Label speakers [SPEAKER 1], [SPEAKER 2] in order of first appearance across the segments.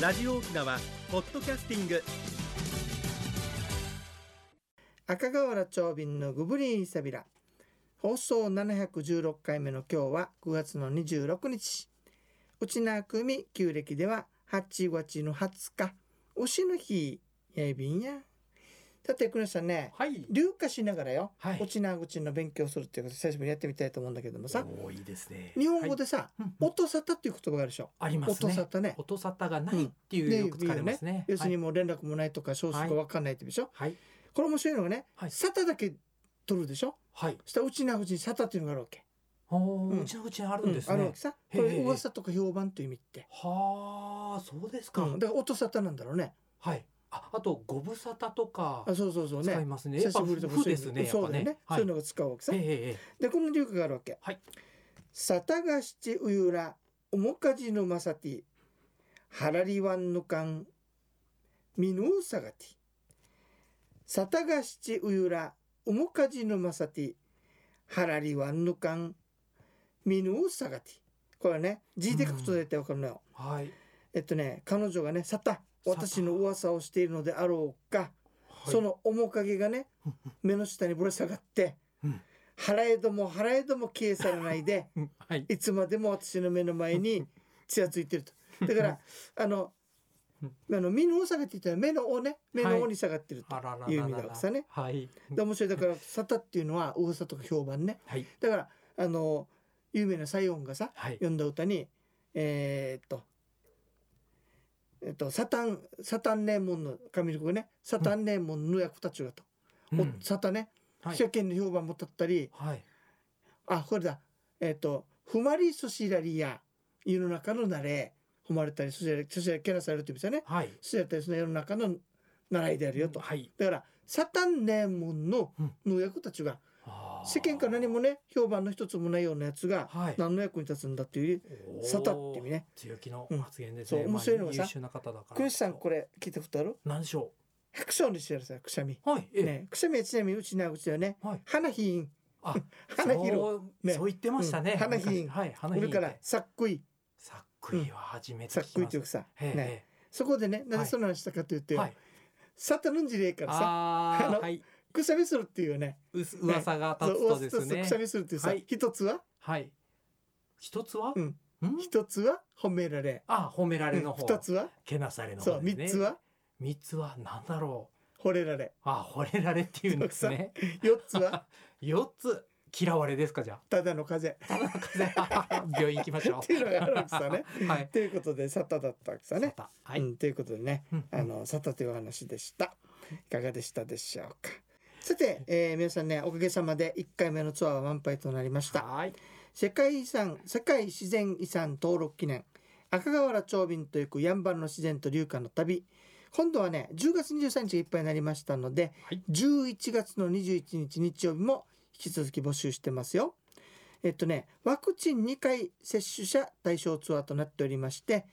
[SPEAKER 1] ラジオ沖縄ポッドキャスティング
[SPEAKER 2] 赤瓦町便のグブリーサビラ放送716回目の今日は9月の26日内縄組旧暦では8月の20日牛の日やいびんやさて久野さんね
[SPEAKER 1] はい
[SPEAKER 2] 流化しながらよ、
[SPEAKER 1] はい
[SPEAKER 2] 内縄口の勉強をするっていうこと久しぶりにやってみたいと思うんだけどもさ
[SPEAKER 1] おーいいですね
[SPEAKER 2] 日本語
[SPEAKER 1] はい
[SPEAKER 2] でさ、
[SPEAKER 1] うんうん
[SPEAKER 2] 音沙汰っていう言葉があるでしょ
[SPEAKER 1] あります
[SPEAKER 2] 音沙
[SPEAKER 1] ね
[SPEAKER 2] 汰ね
[SPEAKER 1] 音沙汰がないっていう
[SPEAKER 2] で
[SPEAKER 1] よく使われますね
[SPEAKER 2] 要するに
[SPEAKER 1] はい
[SPEAKER 2] もう連絡もないとか少数か分かんないってでしょ、
[SPEAKER 1] はい
[SPEAKER 2] これ面白いのがね、
[SPEAKER 1] はい
[SPEAKER 2] 沙汰だけ取るでしょ
[SPEAKER 1] はい
[SPEAKER 2] そしたらうちなうちに沙汰っていうのがあるわけ、
[SPEAKER 1] お
[SPEAKER 2] うん
[SPEAKER 1] ーうちのうちにあるんです
[SPEAKER 2] あるわ
[SPEAKER 1] ね
[SPEAKER 2] けさ
[SPEAKER 1] へ
[SPEAKER 2] こ
[SPEAKER 1] え
[SPEAKER 2] れ噂とか評判という意味って、
[SPEAKER 1] はあそうです
[SPEAKER 2] う
[SPEAKER 1] か
[SPEAKER 2] ん、だから音沙汰なんだろうね
[SPEAKER 1] はいああとご無沙汰とか
[SPEAKER 2] あそうそうそう
[SPEAKER 1] 使い
[SPEAKER 2] ね
[SPEAKER 1] ますねやっぱ
[SPEAKER 2] ぶり
[SPEAKER 1] 夫ですねやっ
[SPEAKER 2] そう
[SPEAKER 1] ぱ
[SPEAKER 2] だよね
[SPEAKER 1] ね、は
[SPEAKER 2] そうい
[SPEAKER 1] いう
[SPEAKER 2] のが使うわけさ、
[SPEAKER 1] ええええ
[SPEAKER 2] でこの流句があるわけ
[SPEAKER 1] はい
[SPEAKER 2] 沙汰が七うゆらおもかじのまさてはらりわんのかんみぬうさがて沙汰が七うゆらおもかじのまさてはらりわんのかんみぬうさがてこれね字で書くと大体わかるのよ、
[SPEAKER 1] はい
[SPEAKER 2] えっとね彼女がね「沙汰
[SPEAKER 1] 汰
[SPEAKER 2] 私の噂をしているのであろうか」その面影が ね
[SPEAKER 1] うんう
[SPEAKER 2] 目の下にぶら下がって
[SPEAKER 1] うん
[SPEAKER 2] 「払えども払えども消え去らないで
[SPEAKER 1] うんはい
[SPEAKER 2] いつまでも私の目の前にちらついてる」と。だからあの
[SPEAKER 1] う
[SPEAKER 2] あ
[SPEAKER 1] ん
[SPEAKER 2] の身の尾下がって言ったら目の尾ね目の尾に下がってると。
[SPEAKER 1] あらららら
[SPEAKER 2] いう意味だわけさね
[SPEAKER 1] はい
[SPEAKER 2] で面白いだから「沙汰」っていうのは噂とか評判ね。
[SPEAKER 1] はい
[SPEAKER 2] だからあの有名なサヨンがさ
[SPEAKER 1] はい
[SPEAKER 2] 読んだ歌にえーっとえっと、サタン、サタンネーモンの、神の子がね、サタンネーモンの役たちがと、
[SPEAKER 1] う
[SPEAKER 2] お
[SPEAKER 1] ん
[SPEAKER 2] サタね、
[SPEAKER 1] はい
[SPEAKER 2] 世間の評判も立ったり、
[SPEAKER 1] はい
[SPEAKER 2] あ、これだ、えっ、と、ふまりそしらりや、世の中の慣れ、踏まれたり、そしら、そしらけなされるって言うんですよね。
[SPEAKER 1] はい
[SPEAKER 2] そしらったり、その世の中の習いであるよと。
[SPEAKER 1] はい
[SPEAKER 2] だから、サタンネーモンの
[SPEAKER 1] うん
[SPEAKER 2] 農薬たちが、
[SPEAKER 1] あー
[SPEAKER 2] 世間から何もね、評判の一つもないようなやつが、
[SPEAKER 1] はい
[SPEAKER 2] 何の役に立つんだっていう、
[SPEAKER 1] おー
[SPEAKER 2] 沙汰っていうね
[SPEAKER 1] 強気の発言ですね、
[SPEAKER 2] うんそう面白いのが
[SPEAKER 1] まあ
[SPEAKER 2] さ
[SPEAKER 1] 優秀な方だから
[SPEAKER 2] クリスさんこれ聞いたことある
[SPEAKER 1] 何でしょ
[SPEAKER 2] 百姓にしてやるさ、くしゃみ。
[SPEAKER 1] うはいええ、
[SPEAKER 2] ね、くしゃみはちなみにうちなうちだよね。
[SPEAKER 1] はい
[SPEAKER 2] 花ひん、
[SPEAKER 1] あ
[SPEAKER 2] 花ひ
[SPEAKER 1] そ
[SPEAKER 2] ろ、
[SPEAKER 1] う,、
[SPEAKER 2] ね
[SPEAKER 1] そう言ってましたね、
[SPEAKER 2] うん花ひん
[SPEAKER 1] 昔はい花
[SPEAKER 2] こ
[SPEAKER 1] ひん
[SPEAKER 2] れからさっくい、
[SPEAKER 1] さっくいは初めて
[SPEAKER 2] さ
[SPEAKER 1] 聞
[SPEAKER 2] っ
[SPEAKER 1] き
[SPEAKER 2] くい
[SPEAKER 1] ま
[SPEAKER 2] と
[SPEAKER 1] し
[SPEAKER 2] いうかさ、
[SPEAKER 1] た、
[SPEAKER 2] ね、
[SPEAKER 1] ね
[SPEAKER 2] そこでね、な
[SPEAKER 1] は
[SPEAKER 2] ぜ
[SPEAKER 1] い
[SPEAKER 2] その話したかというと、
[SPEAKER 1] はい
[SPEAKER 2] サタヌンジレイからさ、
[SPEAKER 1] あー
[SPEAKER 2] あの
[SPEAKER 1] はい
[SPEAKER 2] くしゃみするっていうね、
[SPEAKER 1] うす噂が立つとです
[SPEAKER 2] そう
[SPEAKER 1] ね
[SPEAKER 2] くしゃみするっていうさ
[SPEAKER 1] はい、
[SPEAKER 2] 一つは、
[SPEAKER 1] はい一つは、
[SPEAKER 2] うん
[SPEAKER 1] ん
[SPEAKER 2] 一つは褒められ、
[SPEAKER 1] あ褒められの方、
[SPEAKER 2] 二つは、
[SPEAKER 1] けなされの
[SPEAKER 2] そ
[SPEAKER 1] 方
[SPEAKER 2] う、
[SPEAKER 1] ですね
[SPEAKER 2] 三つは
[SPEAKER 1] 三つは何だろう
[SPEAKER 2] 惚れられ、
[SPEAKER 1] あ惚れられっていうんですね
[SPEAKER 2] 四つは
[SPEAKER 1] 四つ嫌われですかじゃあ
[SPEAKER 2] ただの 風
[SPEAKER 1] 田中さん病院行きましょう。
[SPEAKER 2] っていうのがあるわけさね。
[SPEAKER 1] はい。
[SPEAKER 2] ということで、サタだったわけさね。
[SPEAKER 1] さあはい。
[SPEAKER 2] うん、ということでね、
[SPEAKER 1] うん
[SPEAKER 2] あの、サタというお話でした。いかがでしたでしょうか。さて、えー皆さんね、おかげさまで1回目のツアーは満杯となりました。
[SPEAKER 1] はい。
[SPEAKER 2] 世界遺産、世界自然遺産登録記念、赤瓦町便と行くやんばるの自然と流化の旅。今度はね、10月23日がいっぱいになりましたので、
[SPEAKER 1] はい
[SPEAKER 2] 11月の21日日曜日も引き続き募集してますよ。えっとね、ワクチン2回接種者対象ツアーとなっておりまして、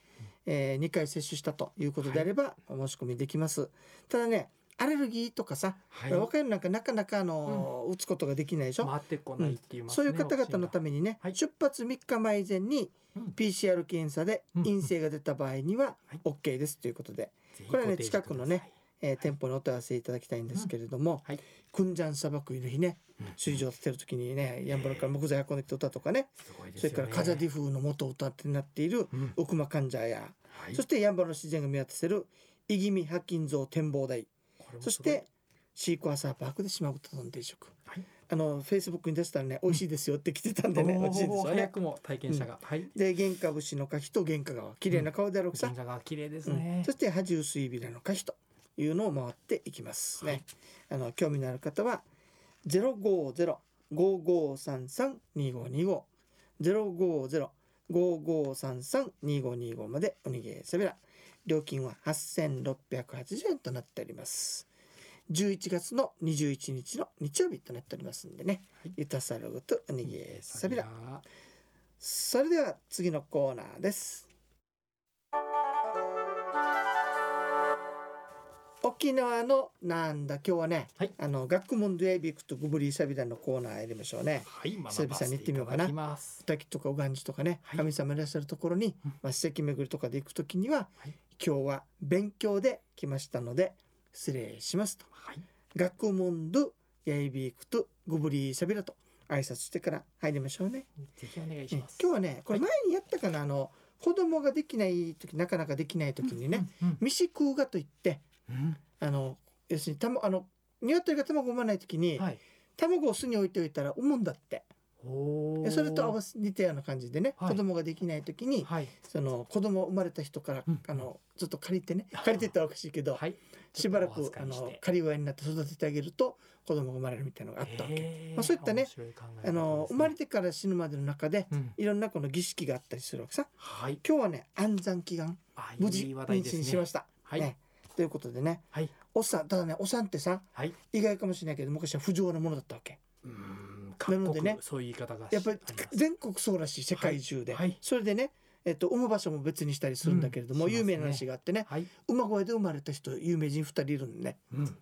[SPEAKER 2] え2回接種したということであれば、お申し込みできます。ただね、アレルギーとかさ、
[SPEAKER 1] はい。
[SPEAKER 2] 若いのなんかなかなかあの、打つことができないでしょ。
[SPEAKER 1] 回ってこないって言います
[SPEAKER 2] そう
[SPEAKER 1] ね。
[SPEAKER 2] いう方々のためにね、
[SPEAKER 1] はい
[SPEAKER 2] 出発3日前前に
[SPEAKER 1] うん
[SPEAKER 2] PCR 検査で
[SPEAKER 1] うん
[SPEAKER 2] 陰性が出た場合には
[SPEAKER 1] はい
[SPEAKER 2] OK ですということで、
[SPEAKER 1] ぜひ
[SPEAKER 2] これはね
[SPEAKER 1] ご提示
[SPEAKER 2] 近くのねえー店舗にお問い合わせいただきたいんですけれども、
[SPEAKER 1] はい
[SPEAKER 2] クンジャン砂漠の日ね
[SPEAKER 1] うん
[SPEAKER 2] 水上を建てる時にねやんばるから木材運んできた歌とかね
[SPEAKER 1] ください。すごいです
[SPEAKER 2] それ
[SPEAKER 1] よね。
[SPEAKER 2] から風ディフの元を歌ってなっている
[SPEAKER 1] うん。
[SPEAKER 2] 奥間患者や、
[SPEAKER 1] はい
[SPEAKER 2] そしてやんばるの自然が見渡せる伊宜美白金像展望台
[SPEAKER 1] これもすごい
[SPEAKER 2] そしてシークワーサーパークで島唄の定食、
[SPEAKER 1] はい
[SPEAKER 2] あのフェイスブックに出したらね美味しいですよって来てたんでね、
[SPEAKER 1] おー
[SPEAKER 2] 美味しいですよね
[SPEAKER 1] 早くも体験者が。はい。
[SPEAKER 2] で原価節の柿と原価川綺麗な川であるさ、
[SPEAKER 1] 銀座が綺麗です
[SPEAKER 2] うん
[SPEAKER 1] ね
[SPEAKER 2] そ。して恥薄いビラの柿というのを回っていきますね、あの興味のある方は050-5533-2525 050-5533-2525までおにぎりせべら料金は8680円となっております11月の21日の日曜日となっておりますんでね、
[SPEAKER 1] はい
[SPEAKER 2] ゆたさるごとおにぎりせべら
[SPEAKER 1] は
[SPEAKER 2] それでは次のコーナーです沖縄のなんだ今日はね、
[SPEAKER 1] はい
[SPEAKER 2] あの学問でエビクとグブリーサビダのコーナーやりましょうね
[SPEAKER 1] い。
[SPEAKER 2] 久々に行ってみようかな
[SPEAKER 1] 学ばせていただきます
[SPEAKER 2] 滝とかおがんじとかね、
[SPEAKER 1] はい
[SPEAKER 2] 神様いらっしゃるところに、
[SPEAKER 1] うん
[SPEAKER 2] まあ、史跡巡りとかで行くときには、
[SPEAKER 1] はい
[SPEAKER 2] 今日は勉強で来ましたので失礼しますと。
[SPEAKER 1] はい。
[SPEAKER 2] 学問どやいびくとごぶりさびらと挨拶してから入りましょうね。
[SPEAKER 1] ぜひお願いし
[SPEAKER 2] 今
[SPEAKER 1] ます。
[SPEAKER 2] 日はねこれ前にやったかな、あの子供ができない時なかなかできない時にね、
[SPEAKER 1] うん。
[SPEAKER 2] 未飼空がといって
[SPEAKER 1] うん
[SPEAKER 2] あの要するにたあの鶏が卵を産まない時に、
[SPEAKER 1] はい。
[SPEAKER 2] 卵を巣に置いておいたら産むんだって
[SPEAKER 1] お
[SPEAKER 2] で
[SPEAKER 1] お。
[SPEAKER 2] それと合わせ似たような感じでね、
[SPEAKER 1] はい
[SPEAKER 2] 子供ができない時に
[SPEAKER 1] はい。
[SPEAKER 2] その子供生まれた人から、
[SPEAKER 1] うん
[SPEAKER 2] あのちょっと借り てね借りてったらおかしいけど、
[SPEAKER 1] はい。
[SPEAKER 2] しばら
[SPEAKER 1] ちょっ
[SPEAKER 2] く
[SPEAKER 1] とお預
[SPEAKER 2] あ
[SPEAKER 1] かり
[SPEAKER 2] の
[SPEAKER 1] して
[SPEAKER 2] 仮親になって育ててあげると子供が生まれるみたいなのがあったわけ、
[SPEAKER 1] へー
[SPEAKER 2] まあそういったね
[SPEAKER 1] 面白い考え方ですね
[SPEAKER 2] あの生まれてから死ぬまでの中で
[SPEAKER 1] うん
[SPEAKER 2] いろんなこの儀式があったりするわけさ
[SPEAKER 1] はい。
[SPEAKER 2] 今日はね安産祈願
[SPEAKER 1] あ
[SPEAKER 2] 無事
[SPEAKER 1] いい
[SPEAKER 2] 妊
[SPEAKER 1] 話題です
[SPEAKER 2] 娠しま
[SPEAKER 1] ね。
[SPEAKER 2] した、
[SPEAKER 1] はい
[SPEAKER 2] ねということでね
[SPEAKER 1] はい。
[SPEAKER 2] おっさんただねおっさんってさ
[SPEAKER 1] はい。
[SPEAKER 2] 意外かもしれないけど昔は不浄なものだったわけ
[SPEAKER 1] うーん。
[SPEAKER 2] なの
[SPEAKER 1] 各
[SPEAKER 2] で
[SPEAKER 1] 国
[SPEAKER 2] ね
[SPEAKER 1] そういう言い方がし
[SPEAKER 2] やっぱり
[SPEAKER 1] あります
[SPEAKER 2] 全国そうらしい世界中で、
[SPEAKER 1] はいはい
[SPEAKER 2] それでね、えっと、産む場所も別にしたりするんだけれども、
[SPEAKER 1] うんしま
[SPEAKER 2] 有
[SPEAKER 1] すね
[SPEAKER 2] 名な話があってね
[SPEAKER 1] はい。
[SPEAKER 2] 馬小屋で生まれた人有名人2人いるのね
[SPEAKER 1] うん。
[SPEAKER 2] 1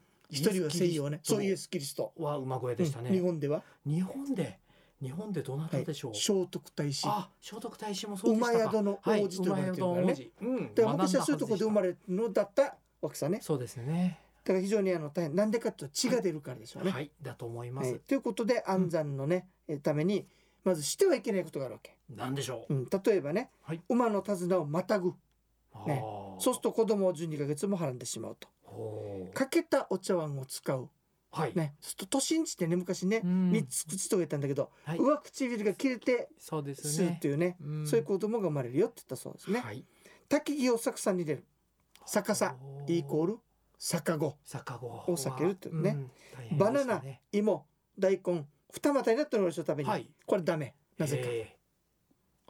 [SPEAKER 2] 人は西洋ねそういう
[SPEAKER 1] ス
[SPEAKER 2] スキリスト、
[SPEAKER 1] キリストは馬声でしたね。
[SPEAKER 2] うん日本では、
[SPEAKER 1] 日本で日本でどな
[SPEAKER 2] は
[SPEAKER 1] た
[SPEAKER 2] い、
[SPEAKER 1] でしょう。
[SPEAKER 2] 聖徳太子
[SPEAKER 1] あ、聖徳太子もそうでし
[SPEAKER 2] 馬
[SPEAKER 1] たか。
[SPEAKER 2] 宿の
[SPEAKER 1] はい、
[SPEAKER 2] 王子と呼ばれてるからね、
[SPEAKER 1] 馬宿の王子。うん。
[SPEAKER 2] だから昔はそういうところで生ま
[SPEAKER 1] れ。
[SPEAKER 2] れるのだったわけさね
[SPEAKER 1] そうですね。
[SPEAKER 2] だから非常にあの大変なんでかっていうと血が出るからでしょうね、
[SPEAKER 1] はい、だと思いま
[SPEAKER 2] はい
[SPEAKER 1] す。
[SPEAKER 2] ということで安産のね、えためにまずしてはいけないことがあるわけ、
[SPEAKER 1] なんでしょう
[SPEAKER 2] う。ん、例えばね、
[SPEAKER 1] はい
[SPEAKER 2] 馬の手綱をまたぐね
[SPEAKER 1] あー
[SPEAKER 2] そうすると子供を12ヶ月もはらんでしまうと
[SPEAKER 1] ほう
[SPEAKER 2] かけたお茶碗を使う
[SPEAKER 1] はい。
[SPEAKER 2] ねそうすると都心地ってね昔ね
[SPEAKER 1] うん
[SPEAKER 2] 3つ口とか言ったんだけど、
[SPEAKER 1] はい
[SPEAKER 2] 上唇が切れて
[SPEAKER 1] そうです
[SPEAKER 2] するっ
[SPEAKER 1] ね
[SPEAKER 2] て。いうね
[SPEAKER 1] うん
[SPEAKER 2] そういう子供が生まれるよって言ったそうですね、
[SPEAKER 1] はい。
[SPEAKER 2] 滝木を逆さに入れる逆さイコー
[SPEAKER 1] ル。
[SPEAKER 2] ル逆子
[SPEAKER 1] 逆子
[SPEAKER 2] を避けるっていうね
[SPEAKER 1] ん大変でしたね
[SPEAKER 2] バナナ芋大根二股になってるでしょ食べに、
[SPEAKER 1] はい。
[SPEAKER 2] これダメなぜか、
[SPEAKER 1] え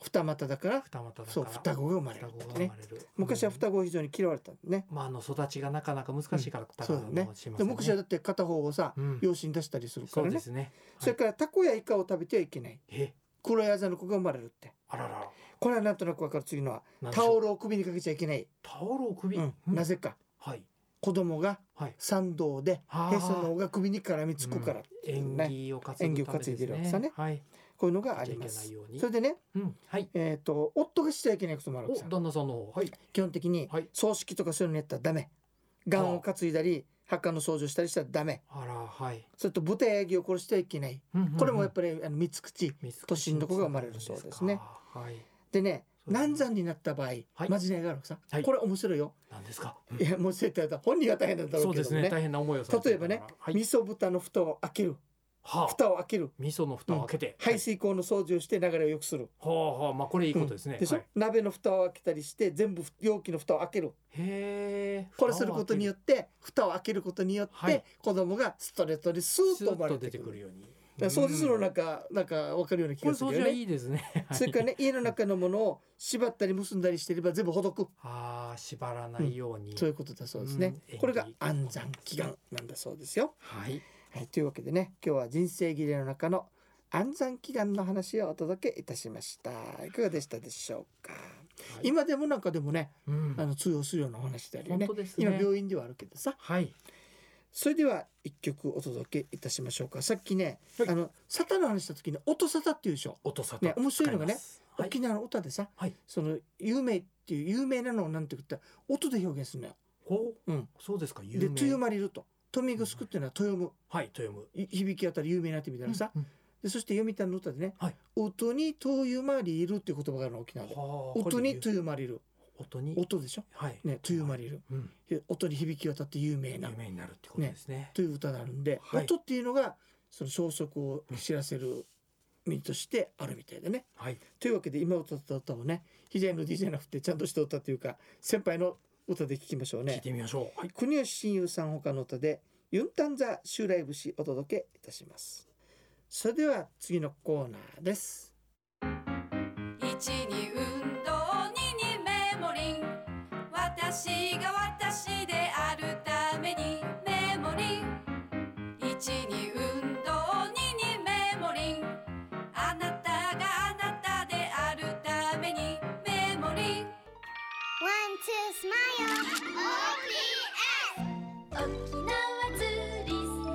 [SPEAKER 2] 二股だから
[SPEAKER 1] ー二股だから。
[SPEAKER 2] そう双子が生まれる
[SPEAKER 1] 双
[SPEAKER 2] っ
[SPEAKER 1] 子
[SPEAKER 2] て
[SPEAKER 1] が生
[SPEAKER 2] ね
[SPEAKER 1] まれる。
[SPEAKER 2] 昔は双子を非常に嫌われたんだね。
[SPEAKER 1] まああの育ちがなかなか難しいから双子
[SPEAKER 2] そうだね
[SPEAKER 1] もします
[SPEAKER 2] で
[SPEAKER 1] よ
[SPEAKER 2] 昔はだって片方をさ、
[SPEAKER 1] うん
[SPEAKER 2] 養子に出したりするか
[SPEAKER 1] そ
[SPEAKER 2] ら
[SPEAKER 1] う
[SPEAKER 2] ね
[SPEAKER 1] で
[SPEAKER 2] そ
[SPEAKER 1] すね。
[SPEAKER 2] れからタコやイカを食べてはいけない
[SPEAKER 1] え、
[SPEAKER 2] 黒いあざの子が生まれるって
[SPEAKER 1] あらら。
[SPEAKER 2] これはなんとなく分かる次のは
[SPEAKER 1] なんでし
[SPEAKER 2] タ
[SPEAKER 1] ょう
[SPEAKER 2] オルを首にかけちゃいけない、
[SPEAKER 1] タオルを首。
[SPEAKER 2] うんなぜか
[SPEAKER 1] はい。
[SPEAKER 2] 子供が
[SPEAKER 1] はい。
[SPEAKER 2] 参道で
[SPEAKER 1] あー
[SPEAKER 2] へその緒が首に絡みつくからっていう
[SPEAKER 1] 縁
[SPEAKER 2] ね、
[SPEAKER 1] 起を担
[SPEAKER 2] 縁起
[SPEAKER 1] ぐ
[SPEAKER 2] を
[SPEAKER 1] ためです
[SPEAKER 2] 担いでるわけさね
[SPEAKER 1] はい。
[SPEAKER 2] こういうのが
[SPEAKER 1] あ
[SPEAKER 2] あ
[SPEAKER 1] り
[SPEAKER 2] り
[SPEAKER 1] ま。
[SPEAKER 2] ますす
[SPEAKER 1] ように
[SPEAKER 2] そ。れでね
[SPEAKER 1] うん。はい。
[SPEAKER 2] えっ、と夫がしてはいけないこともあるわ
[SPEAKER 1] お
[SPEAKER 2] けさ
[SPEAKER 1] 旦那さんの方。はい。
[SPEAKER 2] 基本的に
[SPEAKER 1] はい。
[SPEAKER 2] 葬式とかそういうのやったらダメがんを担いだり墓の掃除をしたりしたらダメ
[SPEAKER 1] あら、はい。
[SPEAKER 2] それと豚やヤギを殺してはいけないこれもやっぱりあの三つ口
[SPEAKER 1] り
[SPEAKER 2] 都心の子が生まれるそうですね
[SPEAKER 1] はい。
[SPEAKER 2] で
[SPEAKER 1] そう
[SPEAKER 2] ね
[SPEAKER 1] ですね
[SPEAKER 2] 難産になった場合、
[SPEAKER 1] はい
[SPEAKER 2] まじないがあるわけさ、
[SPEAKER 1] はい
[SPEAKER 2] これ面白いよ、
[SPEAKER 1] なんですか。
[SPEAKER 2] いやもう絶対だ本人が大変なんだろ
[SPEAKER 1] そうう
[SPEAKER 2] け
[SPEAKER 1] で
[SPEAKER 2] ど
[SPEAKER 1] す
[SPEAKER 2] もね
[SPEAKER 1] ね。大変な思いをされてる
[SPEAKER 2] 例えばね
[SPEAKER 1] からはい。
[SPEAKER 2] 味噌豚の蓋を開ける
[SPEAKER 1] はあ。
[SPEAKER 2] 蓋を開ける
[SPEAKER 1] 味噌の蓋を開けて。
[SPEAKER 2] 排。水口の掃除をして流れを良くする、
[SPEAKER 1] はあはあ、まあこれいいことですね。
[SPEAKER 2] でしょ、
[SPEAKER 1] はい
[SPEAKER 2] 鍋の蓋を開けたりして全部容器の蓋を開ける
[SPEAKER 1] へえ。
[SPEAKER 2] これすることによ
[SPEAKER 1] っ
[SPEAKER 2] って蓋を開けることによって、
[SPEAKER 1] はい
[SPEAKER 2] 子供がストレートにス
[SPEAKER 1] ス
[SPEAKER 2] ーッ
[SPEAKER 1] ー
[SPEAKER 2] と生
[SPEAKER 1] ッ
[SPEAKER 2] まれ
[SPEAKER 1] と出て
[SPEAKER 2] てく
[SPEAKER 1] く
[SPEAKER 2] る
[SPEAKER 1] るように。
[SPEAKER 2] だから掃除するの
[SPEAKER 1] な。
[SPEAKER 2] なんかなんか分かるような気
[SPEAKER 1] これ
[SPEAKER 2] がす
[SPEAKER 1] 掃
[SPEAKER 2] る
[SPEAKER 1] 除
[SPEAKER 2] よ
[SPEAKER 1] は
[SPEAKER 2] ね
[SPEAKER 1] いいですね。はい
[SPEAKER 2] それからね家の中のものを縛ったり結んだりしていれば全部ほどく
[SPEAKER 1] ああ、縛らないように。
[SPEAKER 2] そういうことだそうですね
[SPEAKER 1] うん。
[SPEAKER 2] これが安産祈願なんだそうですよ。
[SPEAKER 1] はい。
[SPEAKER 2] はい、というわけでね、今日は人生切れの中の安産祈願の話をお届けいたしました。いかがでしたでしょうか。
[SPEAKER 1] はい、
[SPEAKER 2] 今でもなんかでもね、
[SPEAKER 1] うん
[SPEAKER 2] あの通用するようなお話であるよね
[SPEAKER 1] 本当。ですね
[SPEAKER 2] 今病院ではあるけどさ、
[SPEAKER 1] はい。
[SPEAKER 2] それでは一曲お届けいたしましょうか。さっきね、
[SPEAKER 1] はい
[SPEAKER 2] あの沙汰の話した時に音沙汰っていうでしょ。
[SPEAKER 1] 音沙汰。
[SPEAKER 2] ね面白いのがね
[SPEAKER 1] 使ます。はい
[SPEAKER 2] 沖縄の歌でさ、
[SPEAKER 1] はい
[SPEAKER 2] その有名っていう有名なのをなんて言ったら音で表現するのよ。
[SPEAKER 1] ほう、
[SPEAKER 2] うん
[SPEAKER 1] そうですか、有
[SPEAKER 2] で、
[SPEAKER 1] 名。
[SPEAKER 2] 豊まりると、富城っていうのは豊む。
[SPEAKER 1] はい、豊む。
[SPEAKER 2] い響きあたり有名になってみたらさ、
[SPEAKER 1] うん
[SPEAKER 2] でそして読谷の歌でね
[SPEAKER 1] はい
[SPEAKER 2] 「音にとゆまりいる」っていう言葉があるの沖縄で「
[SPEAKER 1] はあ
[SPEAKER 2] 音に
[SPEAKER 1] こ
[SPEAKER 2] と
[SPEAKER 1] れ
[SPEAKER 2] ゆまりいる
[SPEAKER 1] 音」に。
[SPEAKER 2] 音でしょ
[SPEAKER 1] はい。
[SPEAKER 2] ねとゆまりいる
[SPEAKER 1] うん。
[SPEAKER 2] で音に響き渡って有名
[SPEAKER 1] 有
[SPEAKER 2] な
[SPEAKER 1] 名になるってことですね。
[SPEAKER 2] という歌があるんで、
[SPEAKER 1] はい
[SPEAKER 2] 音っていうのがその消息を知らせる身としてあるみたいでね。
[SPEAKER 1] はい。
[SPEAKER 2] というわけで今歌った歌をねひじの DJ じゃなくてちゃんとした歌っていうか先輩の歌で聴きましょう
[SPEAKER 1] 聞い
[SPEAKER 2] ね。
[SPEAKER 1] てみましょう。はい。
[SPEAKER 2] 国吉親友さん他の歌でユンタンザ襲来節お届けいたしますそれでは次のコーナーです
[SPEAKER 3] 一に運動二にメモリン私が私であるためにメモリン一に運動二にメモリンあなたがあなたであるためにメモリン
[SPEAKER 4] One, two, smile. OPS. 沖縄ツーリスト。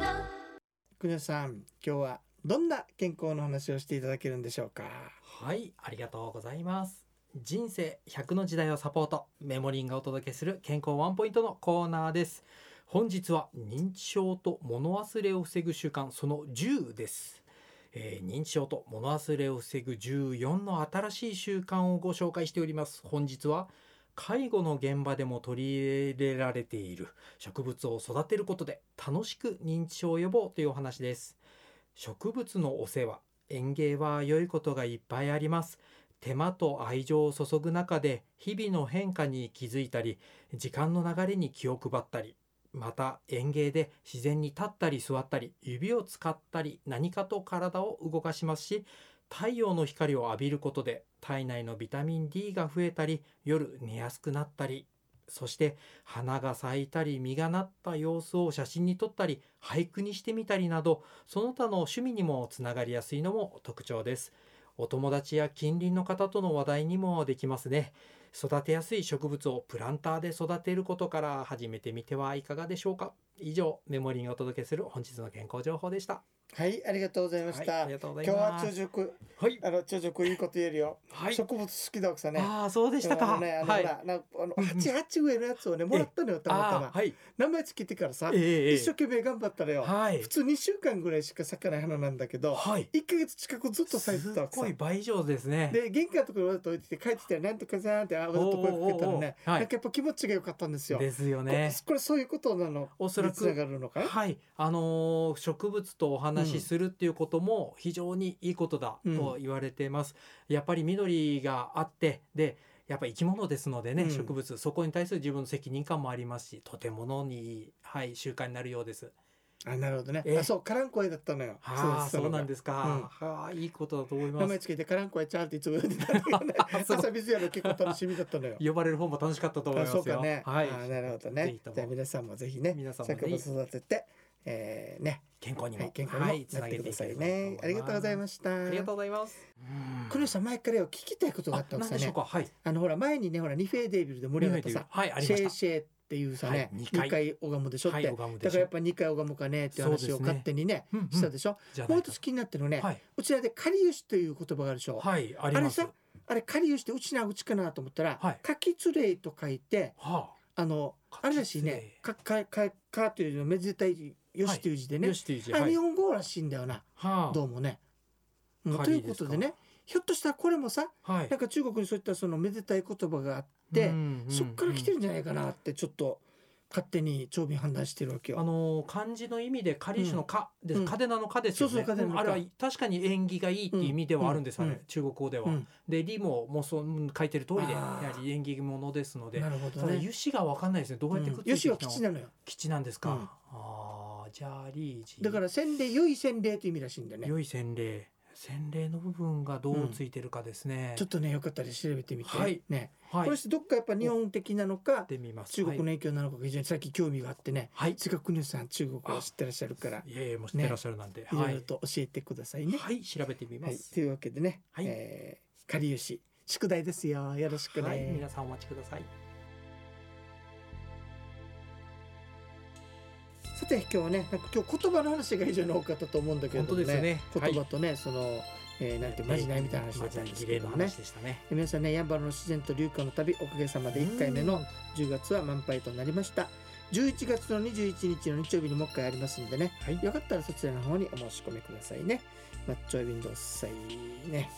[SPEAKER 2] 国吉さん今日はどんな健康の話をしていただけるんでしょうか
[SPEAKER 1] はい、ありがとうございます。人生100の時代をサポートメモリンがお届けする健康ワンポイントのコーナーです本日は認知症と物忘れを防ぐ習慣その10です、えー認知症と物忘れを防ぐ14の新しい習慣をご紹介しております本日は介護の現場でも取り入れられている植物を育てることで楽しく認知症予防というお話です植物のお世話園芸は良いことがいっぱいあります手間と愛情を注ぐ中で日々の変化に気づいたり時間の流れに気を配ったりまた園芸で自然に立ったり座ったり指を使ったり何かと体を動かしますし太陽の光を浴びることで体内のビタミン D が増えたり夜寝やすくなったりそして花が咲いたり実がなった様子を写真に撮ったり俳句にしてみたりなどその他の趣味にもつながりやすいのも特徴ですお友達や近隣の方との話題にもできますね育てやすい植物をプランターで育てることから始めてみてはいかがでしょうか以上メモリーがお届けする本日の健康情報でした
[SPEAKER 2] はい、ありがとうございました。
[SPEAKER 1] はい、ありがとうござい
[SPEAKER 2] 今日は
[SPEAKER 1] ま
[SPEAKER 2] 朝
[SPEAKER 1] す
[SPEAKER 2] 食、
[SPEAKER 1] はい
[SPEAKER 2] あの朝食いいこと言えるよ。
[SPEAKER 1] はい
[SPEAKER 2] 植物好きだ奥さんね。
[SPEAKER 1] ああそうでした
[SPEAKER 2] あ
[SPEAKER 1] か
[SPEAKER 2] のね、あの
[SPEAKER 1] は
[SPEAKER 2] ほ
[SPEAKER 1] い
[SPEAKER 2] ら、なんかあの
[SPEAKER 1] うんうん
[SPEAKER 2] 八八上のやつをね、もらったのよ、たまた
[SPEAKER 1] あ
[SPEAKER 2] ま
[SPEAKER 1] ー。はい
[SPEAKER 2] 名前つけてからさ、
[SPEAKER 1] ええええ
[SPEAKER 2] 一生懸命頑張ったのよ。
[SPEAKER 1] はい
[SPEAKER 2] 普通二週間ぐらいしか咲かない花なんだけど、
[SPEAKER 1] はい
[SPEAKER 2] 一ヶ月近くずっと咲いて
[SPEAKER 1] す
[SPEAKER 2] た
[SPEAKER 1] っ
[SPEAKER 2] 奥さ
[SPEAKER 1] ごい
[SPEAKER 2] ん。
[SPEAKER 1] 倍以上ですね
[SPEAKER 2] で玄関のところにわざと置いてて帰ってきたらなんとかさーんってあわざと声かけた
[SPEAKER 1] おーおーおー
[SPEAKER 2] らね
[SPEAKER 1] おーはい
[SPEAKER 2] なんかやっぱ気持ちが良かったんですよ。
[SPEAKER 1] ですよね
[SPEAKER 2] ここれそういうことなの
[SPEAKER 1] おそらく
[SPEAKER 2] つながるのかな
[SPEAKER 1] はい、あのー植物とお
[SPEAKER 2] う
[SPEAKER 1] 話し
[SPEAKER 2] ん
[SPEAKER 1] するっていうことも非常にいいことだ
[SPEAKER 2] うん
[SPEAKER 1] と言われています。やっぱり緑があってでやっぱり生き物ですのでね、
[SPEAKER 2] うん
[SPEAKER 1] 植物そこに対する自分の責任感もありますしとてものにいい、はい、習慣になるようです。
[SPEAKER 2] あなるほどね、
[SPEAKER 1] ええ
[SPEAKER 2] あそうカランコエだったのよ
[SPEAKER 1] はあ
[SPEAKER 2] そう
[SPEAKER 1] そうな
[SPEAKER 2] だったのが
[SPEAKER 1] んですか。はあいいことだと思い
[SPEAKER 2] 名
[SPEAKER 1] ま
[SPEAKER 2] 前
[SPEAKER 1] す。
[SPEAKER 2] つけてカランコエちゃんっていつも呼んでたんだけどね
[SPEAKER 1] そう
[SPEAKER 2] 朝水やの結構楽しみだったのよ
[SPEAKER 1] 呼ばれる方も楽しかったと思い
[SPEAKER 2] あ
[SPEAKER 1] ます
[SPEAKER 2] そ
[SPEAKER 1] よ。
[SPEAKER 2] うかね、
[SPEAKER 1] はい
[SPEAKER 2] あ、なるほど
[SPEAKER 1] ぜ
[SPEAKER 2] ね
[SPEAKER 1] ひとも
[SPEAKER 2] じゃあ皆さんもぜひね
[SPEAKER 1] 皆さんもね
[SPEAKER 2] 作物育てて、えー、ね、
[SPEAKER 1] 健康に
[SPEAKER 2] は
[SPEAKER 1] も
[SPEAKER 2] い、健康
[SPEAKER 1] は
[SPEAKER 2] に
[SPEAKER 1] い
[SPEAKER 2] もなってくださ
[SPEAKER 1] つな
[SPEAKER 2] い
[SPEAKER 1] げて
[SPEAKER 2] ね、
[SPEAKER 1] け
[SPEAKER 2] あ
[SPEAKER 1] れ
[SPEAKER 2] り
[SPEAKER 1] ば
[SPEAKER 2] がとうございました
[SPEAKER 1] ありがとうございます。
[SPEAKER 2] 黒石さん前からよ聞きたいことがあ
[SPEAKER 1] あ
[SPEAKER 2] ったんで
[SPEAKER 1] 何
[SPEAKER 2] すよ
[SPEAKER 1] でしょ
[SPEAKER 2] ね
[SPEAKER 1] うか。はい。
[SPEAKER 2] あのほら前にねほらニフェーデービルで盛り上がったさ
[SPEAKER 1] はいあり
[SPEAKER 2] シ
[SPEAKER 1] ま
[SPEAKER 2] ェイ
[SPEAKER 1] し
[SPEAKER 2] シェイっていうさ
[SPEAKER 1] はい
[SPEAKER 2] ね、
[SPEAKER 1] 二
[SPEAKER 2] 二
[SPEAKER 1] 回
[SPEAKER 2] 回拝むでしょ
[SPEAKER 1] た。
[SPEAKER 2] って、
[SPEAKER 1] はい、拝む
[SPEAKER 2] だ
[SPEAKER 1] で
[SPEAKER 2] か
[SPEAKER 1] し
[SPEAKER 2] ら
[SPEAKER 1] ょ
[SPEAKER 2] やっぱ二回拝むかねって
[SPEAKER 1] そう
[SPEAKER 2] 話
[SPEAKER 1] で
[SPEAKER 2] を
[SPEAKER 1] すね
[SPEAKER 2] 勝手にね
[SPEAKER 1] うんうん
[SPEAKER 2] したでしょ、
[SPEAKER 1] じゃない
[SPEAKER 2] もう
[SPEAKER 1] と
[SPEAKER 2] 一つ気になってるのね、
[SPEAKER 1] はい、
[SPEAKER 2] うちらでかりゆしという言葉があるでしょ、
[SPEAKER 1] はい、ありま
[SPEAKER 2] あれ
[SPEAKER 1] す。
[SPEAKER 2] さあれかりゆしってうちなうちかなと思ったら、
[SPEAKER 1] はい
[SPEAKER 2] かきつれいと書いて
[SPEAKER 1] は
[SPEAKER 2] あの
[SPEAKER 1] かきつれ
[SPEAKER 2] あ
[SPEAKER 1] い
[SPEAKER 2] れらしいねかかかかという字のめでたいよしという字で
[SPEAKER 1] あ、
[SPEAKER 2] ね、
[SPEAKER 1] よしという字、
[SPEAKER 2] あ
[SPEAKER 1] は
[SPEAKER 2] れ
[SPEAKER 1] い
[SPEAKER 2] 日、本語らしいんだよな、
[SPEAKER 1] は
[SPEAKER 2] どうもね、うん
[SPEAKER 1] か
[SPEAKER 2] とい
[SPEAKER 1] り
[SPEAKER 2] う
[SPEAKER 1] で
[SPEAKER 2] こ
[SPEAKER 1] すか
[SPEAKER 2] とでねひょっとしたらこれもさ
[SPEAKER 1] あ、はい
[SPEAKER 2] なん、か中国にそういったそのめでたい言葉があって、
[SPEAKER 1] うんうん
[SPEAKER 2] そっから来て
[SPEAKER 1] うん
[SPEAKER 2] るんじゃないかなってちょっと勝手に長尾判断してるわけよ。
[SPEAKER 1] あのー漢字の意味で仮種のかです、
[SPEAKER 2] うん
[SPEAKER 1] カデナのかですよね。
[SPEAKER 2] そうそう嘉手納の
[SPEAKER 1] あれ
[SPEAKER 2] 嘉
[SPEAKER 1] は確かに縁起がいいっていう意味ではあるんですよね、
[SPEAKER 2] うんうん
[SPEAKER 1] 中国語では。
[SPEAKER 2] うん
[SPEAKER 1] で、理ももうそううん書いてる通りで、や
[SPEAKER 2] あー
[SPEAKER 1] はり縁起物ですので。
[SPEAKER 2] なるほど
[SPEAKER 1] ただ、
[SPEAKER 2] ね。
[SPEAKER 1] 油脂がわかんないですね。どうやってくっついて
[SPEAKER 2] よし
[SPEAKER 1] き
[SPEAKER 2] は
[SPEAKER 1] たの
[SPEAKER 2] 吉なのよ。
[SPEAKER 1] 基地なんですか。
[SPEAKER 2] うん
[SPEAKER 1] ああ、じゃあリージ。
[SPEAKER 2] だから洗礼良い洗礼という意味らしいんだよね。
[SPEAKER 1] 良い洗礼、洗礼の部分がどうついてるかですね。
[SPEAKER 2] ちょっとねよかったら調べてみて、
[SPEAKER 1] はい
[SPEAKER 2] ね、
[SPEAKER 1] は
[SPEAKER 2] こ
[SPEAKER 1] い
[SPEAKER 2] れ、してどっかやっぱ日本的なのか
[SPEAKER 1] で見ます。
[SPEAKER 2] 中国の
[SPEAKER 1] はい。
[SPEAKER 2] 影響なのかが非常にさっき興味があってね
[SPEAKER 1] はい
[SPEAKER 2] せっかくねさん中国を知ってらっしゃるからい
[SPEAKER 1] いやいやもう知ってらっしゃるなんで、
[SPEAKER 2] ろ
[SPEAKER 1] はい
[SPEAKER 2] ろ
[SPEAKER 1] い、
[SPEAKER 2] と教えてくださいね。
[SPEAKER 1] はい、調べてみま
[SPEAKER 2] はい、
[SPEAKER 1] す。
[SPEAKER 2] というわけでね、
[SPEAKER 1] はい
[SPEAKER 2] えー、かりゆし宿題ですよよろしくね。
[SPEAKER 1] はい、皆さんお待ちください。
[SPEAKER 2] さて今日はねなんか今日言葉の話が非常に多かったと思うんだけれども
[SPEAKER 1] 本当ですねはい
[SPEAKER 2] 言葉とね、その、えー、なんてまじないみたいな話だったんですけども
[SPEAKER 1] マジない儀礼の
[SPEAKER 2] ね
[SPEAKER 1] 話でしたね。
[SPEAKER 2] 皆さんねやんばるの自然と流化の旅おかげさまで1回目の
[SPEAKER 1] うん
[SPEAKER 2] 10月は満杯となりました11月の21日の日曜日にもう一回ありますんでね
[SPEAKER 1] はい、
[SPEAKER 2] よかったらそちらの方にお申し込みくださいねマッチョイウィンドウさいね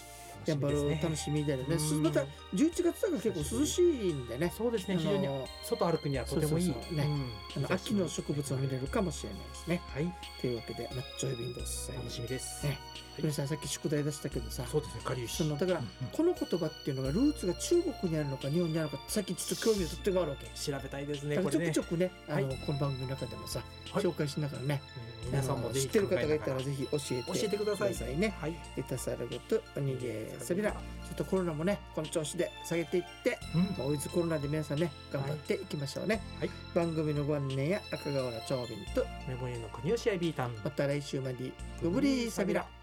[SPEAKER 2] やんばるを楽
[SPEAKER 1] み
[SPEAKER 2] しみだよね
[SPEAKER 1] ですすね
[SPEAKER 2] また11月だから結構涼しいんでね
[SPEAKER 1] そうですね、非常に
[SPEAKER 2] あの
[SPEAKER 1] 外歩くにはとてもいい。
[SPEAKER 2] そうそうそうね
[SPEAKER 1] ん
[SPEAKER 2] あの秋の植物を見れるかもしれないですね
[SPEAKER 1] はい、
[SPEAKER 2] というわけでマッチョイウィンドウさい
[SPEAKER 1] 楽しみです。
[SPEAKER 2] ね
[SPEAKER 1] はい
[SPEAKER 2] 皆さんさっき宿題出したけどさ
[SPEAKER 1] そうですね、かりゆし。
[SPEAKER 2] そのだから
[SPEAKER 1] うんうん
[SPEAKER 2] この言葉っていうのがルーツが中国にあるのか日本にあるのかさっきちょっと興味がとってもあるわけ。
[SPEAKER 1] 調べたいですね、
[SPEAKER 2] だから
[SPEAKER 1] こ
[SPEAKER 2] ち
[SPEAKER 1] れ
[SPEAKER 2] ょ
[SPEAKER 1] ね
[SPEAKER 2] くち。ょくね、あの、
[SPEAKER 1] はい
[SPEAKER 2] この番組の中でもさ、
[SPEAKER 1] はい
[SPEAKER 2] 紹介しながらね、
[SPEAKER 1] うん皆さんも
[SPEAKER 2] あの
[SPEAKER 1] ぜ
[SPEAKER 2] 知
[SPEAKER 1] ひ
[SPEAKER 2] ってる方がいた
[SPEAKER 1] 考
[SPEAKER 2] ら
[SPEAKER 1] え
[SPEAKER 2] ぜひ教え
[SPEAKER 1] な
[SPEAKER 2] て
[SPEAKER 1] が教えてください。
[SPEAKER 2] ね。
[SPEAKER 1] はい、
[SPEAKER 2] レタスあるごとおにげさびら。ちょっとコロナもね、この調子で下げていって、
[SPEAKER 1] うん
[SPEAKER 2] まあ、ウィズコロナで皆さんね、頑張っていきましょうね。
[SPEAKER 1] はい
[SPEAKER 2] 番組のご案内や赤瓦長瓶と、
[SPEAKER 1] メモリーの国吉アイビータン。
[SPEAKER 2] また来週まで、ごぶりさびら。